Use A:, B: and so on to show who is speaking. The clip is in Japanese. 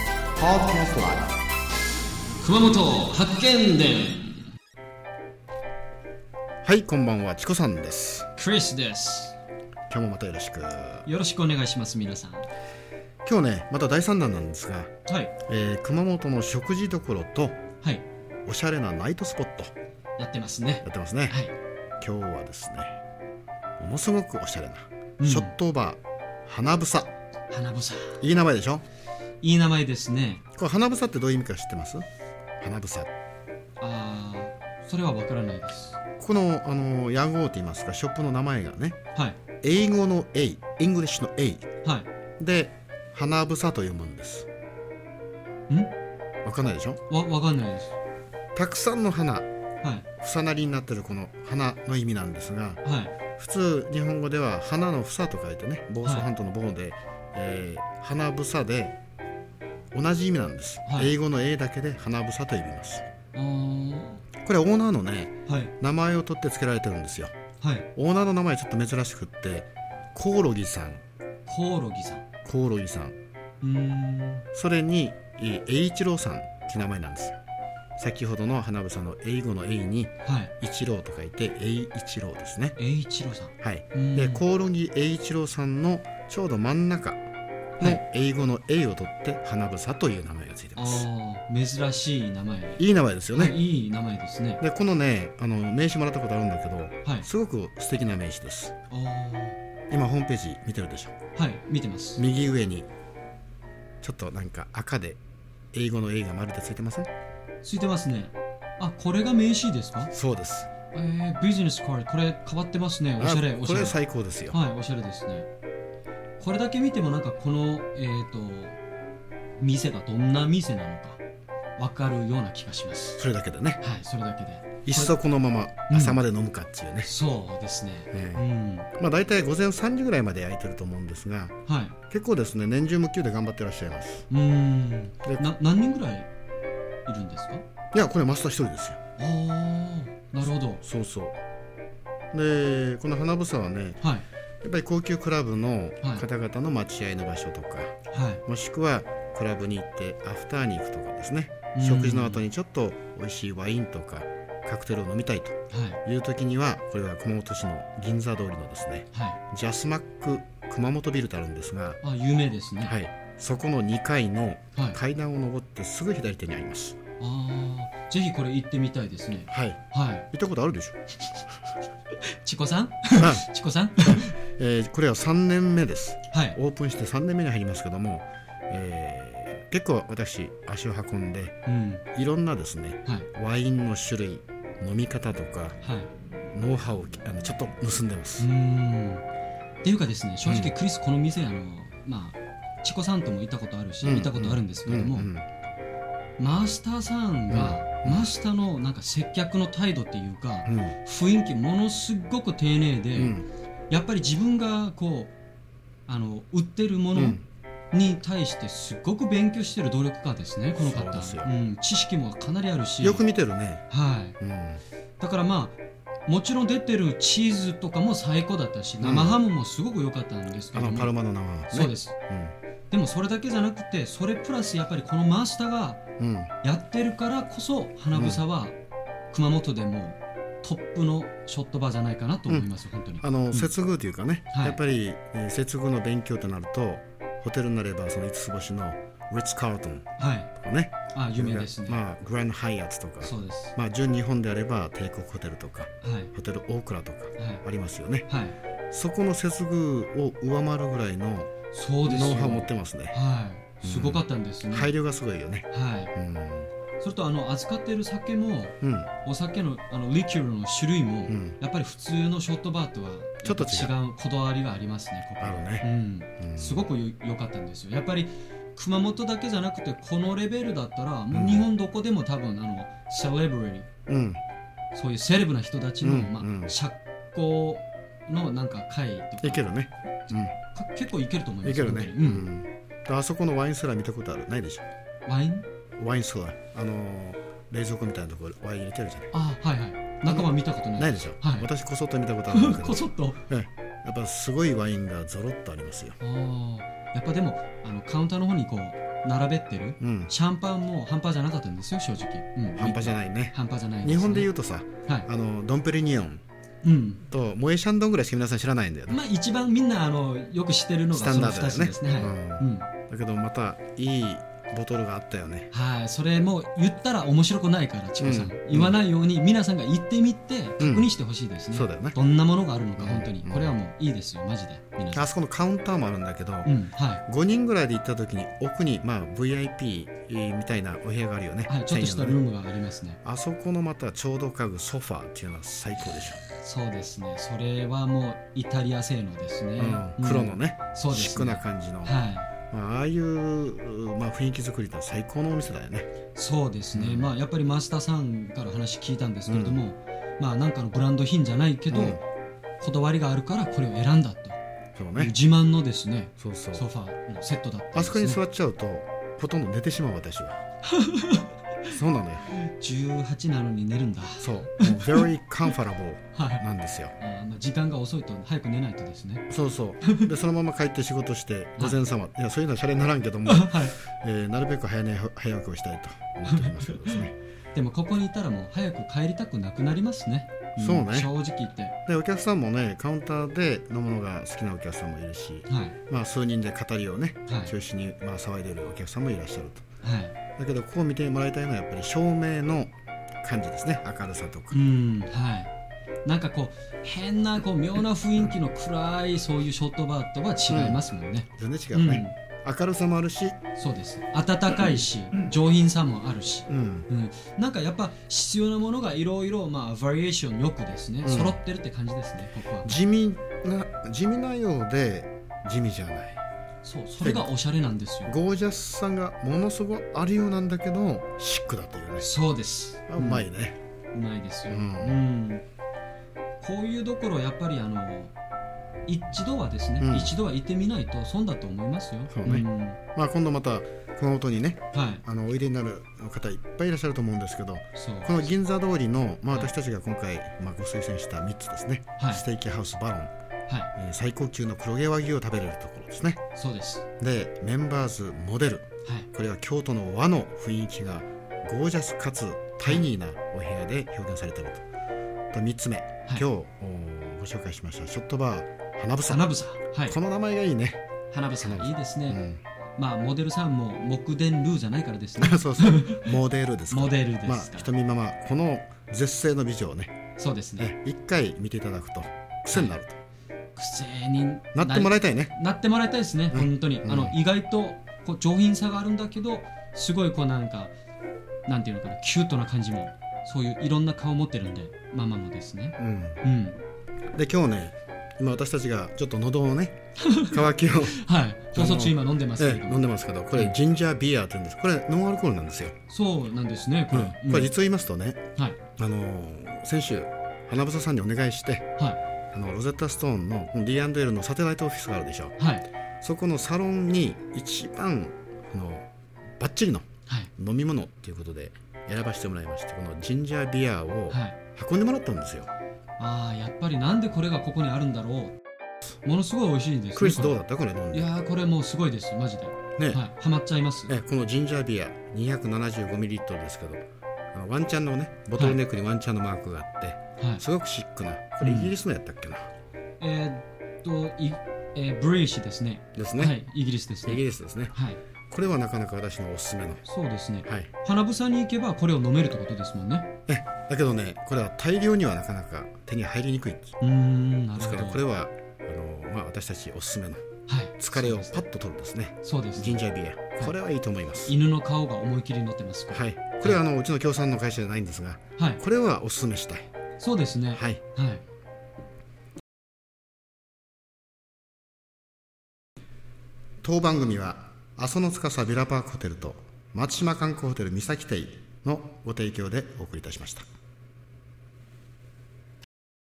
A: Podcast Live
B: 熊本発見伝
C: はい、こんばんは、チコさんです。
B: クリスです
C: 今日もまたよろしく。
B: よろしくお願いします皆さんは
C: 今日ね、また第3弾なんですが、
B: い
C: えー熊本の食事どころと、
B: はい
C: おしゃれなナイトスポット、や
B: やってますね
C: ってますね。
B: はい
C: 今日はですね、ものすごくおしゃれな、
B: うん
C: ショットバー、花房。
B: 花房
C: いい名前でしょ
B: いい名前ですね
C: これ、花房ってどういう意味か知ってます花房。
B: あーそれはわからないです
C: この、あの、屋号って言いますか、ショップの名前がね、
B: はい
C: 英語の A、イングリッシュの A
B: は
C: で、花房と読むんです。
B: いん
C: わかんないでしょ
B: わわかんないです
C: たくさんの花、
B: はい
C: 房なりになってるこの花の意味なんですが
B: はい
C: 普通日本語では花の房と書いてね房総半島の房で、えー花房で同じ意味なんです、
B: はい
C: 英語の A だけで花房と呼びます
B: あー
C: これオーナーのね
B: はい
C: 名前を取って付けられてるんですよ
B: はい
C: オーナーの名前ちょっと珍しくってコオロギさん
B: コオロギさん
C: コオロギさん
B: うーん
C: それにえー栄一郎さんって名前なんですよ先ほどの花房の英語の A に
B: はい
C: 一郎と書いて栄一郎ですね
B: 栄一郎さん
C: はいう
B: ーん
C: でコオロギ栄一郎さんのちょうど真ん中
B: は
C: の英語の A を取って花房という名前がついて
B: あ
C: ます。
B: ー珍しい名前
C: いい名前ですよ
B: は
C: ね。
B: いいい名前ですね
C: でこのねあの名刺もらったことあるんだけど
B: はい
C: すごく素敵な名刺です。
B: あー
C: 今ホームページ見てるでしょ。
B: はい見てます
C: 右上にちょっとなんか赤で英語の A が丸でついてません
B: ついてますねあこれが名刺ですか
C: そうです。
B: えー、ビジネスカードこれ変わってますねおしゃれ
C: あ
B: おし
C: こ
B: ゃれ
C: れ最高ですよ。
B: はいおしゃれですねこれだけ見てもなんかこのえっ、と店がどんな店なのかわかるような気がします
C: それだけでね
B: はいそれだけで
C: いっそこのまま
B: うん
C: 朝まで飲むかっていうね。
B: そうですねう
C: え
B: ん
C: えまあ、大体午前3時ぐらいまで焼いてると思うんですが
B: はい
C: 結構ですね年中無休で頑張ってらっしゃいます。
B: うーん
C: で
B: な何人ぐらいいるんですか
C: いやこれマスター一人ですよ
B: ああなるほど
C: そうそうでこの花房はね
B: はい
C: やっぱり高級クラブの
B: はい
C: 方々の待ち合いの場所とか、
B: はい
C: もしくはクラブに行ってアフターに行くとかですね
B: うん
C: 食事の後にちょっと美味しいワインとかカクテルを飲みたいと
B: はい
C: いう時にはこれは熊本市の銀座通りのですね
B: はい
C: ジャスマック熊本ビルとあるんですが、
B: あ有名ですね
C: はい、そこの2階の
B: はい
C: 階段を上ってすぐ左手にあります
B: ああぜひこれ行ってみたいですね
C: はい
B: はい
C: 行ったことあるでしょ、
B: チコさ ん
C: あ
B: チコさん
C: えーこれは3年目です
B: はい
C: オープンして3年目に入りますけども、えー結構私足を運んで
B: うん
C: いろんなですね
B: はい
C: ワインの種類飲み方とか
B: はい
C: ノウハウをあのちょっと盗んでま
B: う
C: す、
B: ーんっていうかですね正直クリスこの店あのまあチコさんとも行ったことあるし、
C: うん
B: 行ったことあるんですけども、
C: うんうん
B: マスターさんが、
C: うん
B: マスターのなんか接客の態度っていうか、
C: うん
B: 雰囲気ものすごく丁寧で、
C: うん
B: やっぱり自分がこうあの売ってるも
C: う
B: の
C: ん
B: に対してすごく勉強してる努力家ですねこの
C: そう
B: 方
C: ですよ
B: ん、知識もかなりあるし
C: よく見てるね、
B: はい
C: うん
B: だからまあもちろん出てるチーズとかも最高だったし
C: ん
B: 生ハムもすごく良かったんですけ
C: あ
B: ど
C: の
B: も、
C: パルマの生のね
B: そうですでもそれだけじゃなくてそれプラスやっぱりこのマスターが
C: うんうん
B: やってるからこそ花房は熊本でもトップのショットバーじゃないかなと思います、本当に
C: あの接遇というかね、
B: はい
C: やっぱり、えー接遇の勉強となるとホテルになればその5つ星のリッツ・カールトン
B: はい
C: とかね
B: あ有名ですね、
C: まあ、グランド・ハイアットとか
B: そうです
C: まあ、純日本であれば帝国ホテルとか
B: はい
C: ホテルオークラとか
B: はい
C: ありますよね
B: はい
C: そこの接遇を上回るぐらいの
B: そうです
C: ノ
B: よ
C: ウハウを持ってますね
B: はいすごかったんですね、
C: 配慮がすごいよね
B: はい
C: うん
B: それとあの扱ってる酒も
C: うん
B: お酒のあのリキュールの種類も、
C: うん
B: やっぱり普通のショットバーとは
C: ちょっと違う
B: やぱ違うこだわりがありますねここ
C: あるねう
B: う、
C: んん
B: すごくよ良かったんですよやっぱり熊本だけじゃなくてこのレベルだったらも
C: うん
B: う日本どこでも多分あのセレブリ
C: うん
B: ーそういうセレブな人たちの、
C: うんう
B: まあ、
C: ん
B: 社交のなんか会と
C: いけ
B: か
C: るね
B: か結構いけると思い
C: うん
B: ま
C: い
B: す
C: けるね
B: 本
C: う
B: 当にうん
C: んであそこのワインセラー見たことあるないでしょ
B: ワイン
C: ワインセラーあのー冷蔵庫みたいなところワイン入れてるじゃない
B: あはいはい仲間見たことない
C: ないでしょ
B: はい
C: 私こそっと見たことあるんだけ
B: こ
C: ど
B: そっと
C: やっぱすごいワインがゾロッとありますよ
B: あーやっぱでもあのカウンターの方にこう並べってる
C: うん
B: シャンパンも半端じゃなかったんですよ正直、うん、
C: 半端じゃないね
B: 半端じゃない
C: 日本でいううとさ
B: はい
C: あのドンペリニオン
B: うん
C: とモエシャンドンぐらいしか皆さん知らないんだよね
B: まあ一番みんなあのよく知ってるの
C: スタ
B: がそ
C: ンダ
B: の
C: ードだ
B: 2
C: よ
B: つ
C: ね
B: ですねはい、うん
C: うんだけどまたいいボトルがあったよね
B: はい、それも言ったら面白くないからチコさん、
C: うん
B: 言わないように皆さんが言ってみて確認してほしいですね、
C: そうだよね
B: どんなものがあるのか本当に、
C: うん
B: これはもういいですよマジで皆さん
C: あそこのカウンターもあるんだけど
B: うんは
C: 5人ぐらいで行った時に奥にまあ VIP みたいなお部屋があるよね
B: い、はい、ちょっとした
C: 専
B: ルー
C: 用のね
B: ムがありますね
C: あそこのまたちょうど家具ソファーっていうのは最高でし
B: そうですねそれはもうイタリア製のです
C: ょ、
B: ね、
C: う、
B: うんん
C: 黒のね、
B: そうですね
C: シックな感じの、
B: はい
C: まあ、ああいう、まあ、雰囲気作りとは最高のお店だよね
B: そうですね、
C: うん
B: まあやっぱりマスターさんから話聞いたんですけれども、まあなんかのブランド品じゃないけど、
C: うん
B: こだわりがあるからこれを選んだと、
C: そうね
B: 自慢のですね
C: そうそう
B: ソファーのセットだったんですね
C: あそこに座っちゃうとほとんど寝てしまう私は そうなのよ
B: 18なのに寝るんだ
C: そうもう very comfortable
B: はい
C: なんですよ
B: あーまあ時間が遅いと早く寝ないとですね
C: そう そうでそのまま帰って仕事して午前様いやそういうのはシャレにならんけ ども、
B: はい
C: えーなるべく早寝早起きをしたいと思っておりますけどですね
B: でもここにいたらもう早く帰りたくなくなりますね、ん
C: そうね
B: 正直言って
C: でお客さんもねカウンターで飲むのが好きなお客さんもいるし、
B: はい
C: まあ、数人で語りをね
B: はい
C: 中心にまあ騒いでるお客さんもいらっしゃると
B: はい
C: だけどここを見てもらいたいのはやっぱり照明の感じですね明るさとか
B: う、んはいなんかこう変なこう妙な雰囲気の暗いそういうショートバーとは違いますもんね、
C: 全然違うね、明るさもあるし、
B: そうです温かいし、上品さもあるし
C: うん、
B: うん、なんかやっぱ必要なものがいろいろまあバリエーションよくですね、
C: うん
B: 揃ってるって感じですねここは
C: 地味な地味なようで地味じゃない
B: そうそれがおしゃれなんですよ
C: ゴージャスさがものすごくあるようなんだけどシックだというね
B: そうです
C: あうまいね、
B: うまいですよ、
C: う
B: うんんこういうところやっぱりあの一度はですね、
C: うん
B: 一度は行ってみないと損だと思いますよ
C: そうね
B: ん
C: まあ今度また熊本にね
B: はい
C: あのおいでになる方いっぱいいらっしゃると思うんですけど
B: そう
C: この銀座通りの、まあ、
B: はい
C: 私たちが今回、まあ、ご推薦した3つですね、
B: はい
C: ステーキハウスバロン、
B: は
C: えー最高級の黒毛和牛を食べれるところですね
B: いそうですは
C: でメンバーズモデル
B: い
C: これは京都の和の雰囲気がゴージャスかつタイニーなお部屋で表現されているとと3つ目、今日おご紹介しましたショットバー花房
B: 花房はい
C: この名前がいいね、
B: 花房いいです
C: う
B: ね、
C: ん、
B: まあモデルさんも木伝ルーじゃないからですね
C: そうそうモデルですから
B: モデルですから、
C: まあ瞳ママこの絶世の美女をね
B: そうですね
C: ね一回見ていただくと癖になると、
B: 癖に
C: なってもら
B: い
C: いたいね
B: なってもらいたいですね、
C: うん
B: 本当に、
C: うん
B: あの意外とこう上品さがあるんだけどすごいこうなんかなんていうのかなキュートな感じもそういういろんな顔を持ってるんでママもですね
C: うん
B: うん
C: で今日ね今私たちがちょっと喉のね 渇きを、
B: はい放送中今飲んでますけ
C: え
B: ど、
C: え飲んでますけどこれジンジャービアって言うんですこれノンアルコールなんですよ、
B: そうなんですねこれ、うん
C: こ
B: は
C: れ
B: い
C: 実を言いますとね
B: はい
C: あのー先週花房さんにお願いしてあのロゼッタストーンの D&L のサテライトオフィスがあるでしょ
B: はい
C: そこのサロンに一番あのバッチリの
B: はい
C: 飲み物っていうことで選ばせてもらいましてこのジンジャービアを
B: はい
C: 運んでもらったんですよ、
B: あーやっぱりなんでこれがここにあるんだろうものすごい美味しいです、ね、
C: クリス
B: これ
C: どうだったこれ飲ん
B: い
C: で、
B: やーこれもうすごいですマジで、
C: ね
B: はいハマっちゃいます
C: えこのジンジャービア 275ml ですけどあのワンチャンのねボトルネックにワンチャンのマークがあって、
B: はい
C: すごくシックなこれイギリスのやったっけな、
B: えーっとい、えーブリーシュですね
C: ですね、
B: はいイギリスです
C: イギ
B: ね
C: リスですね
B: はい
C: これはなかなか私のおすすめの
B: そうですね
C: はい
B: 花房に行けばこれを飲めるってことですもんね
C: えだけどねこれは大量にはなかなか手に入りにくいで
B: うーんなる
C: す
B: ほ
C: か
B: ど
C: らこれはあの、まあ、私たちおすすめの
B: はい
C: 疲れをパ
B: そうです
C: ッと取るですね
B: そうです
C: ジンジャービア
B: い
C: これはいいと思います、
B: 犬の顔が思い切り乗ってます
C: はい、これはあのうちの協賛の会社じゃないんですが
B: はい
C: これはおすすめしたい
B: そうですね
C: はい
B: はい
C: 当番組は阿蘇の司ビラパークホテルと松島観光ホテル三崎邸のご提供でお送りいたしました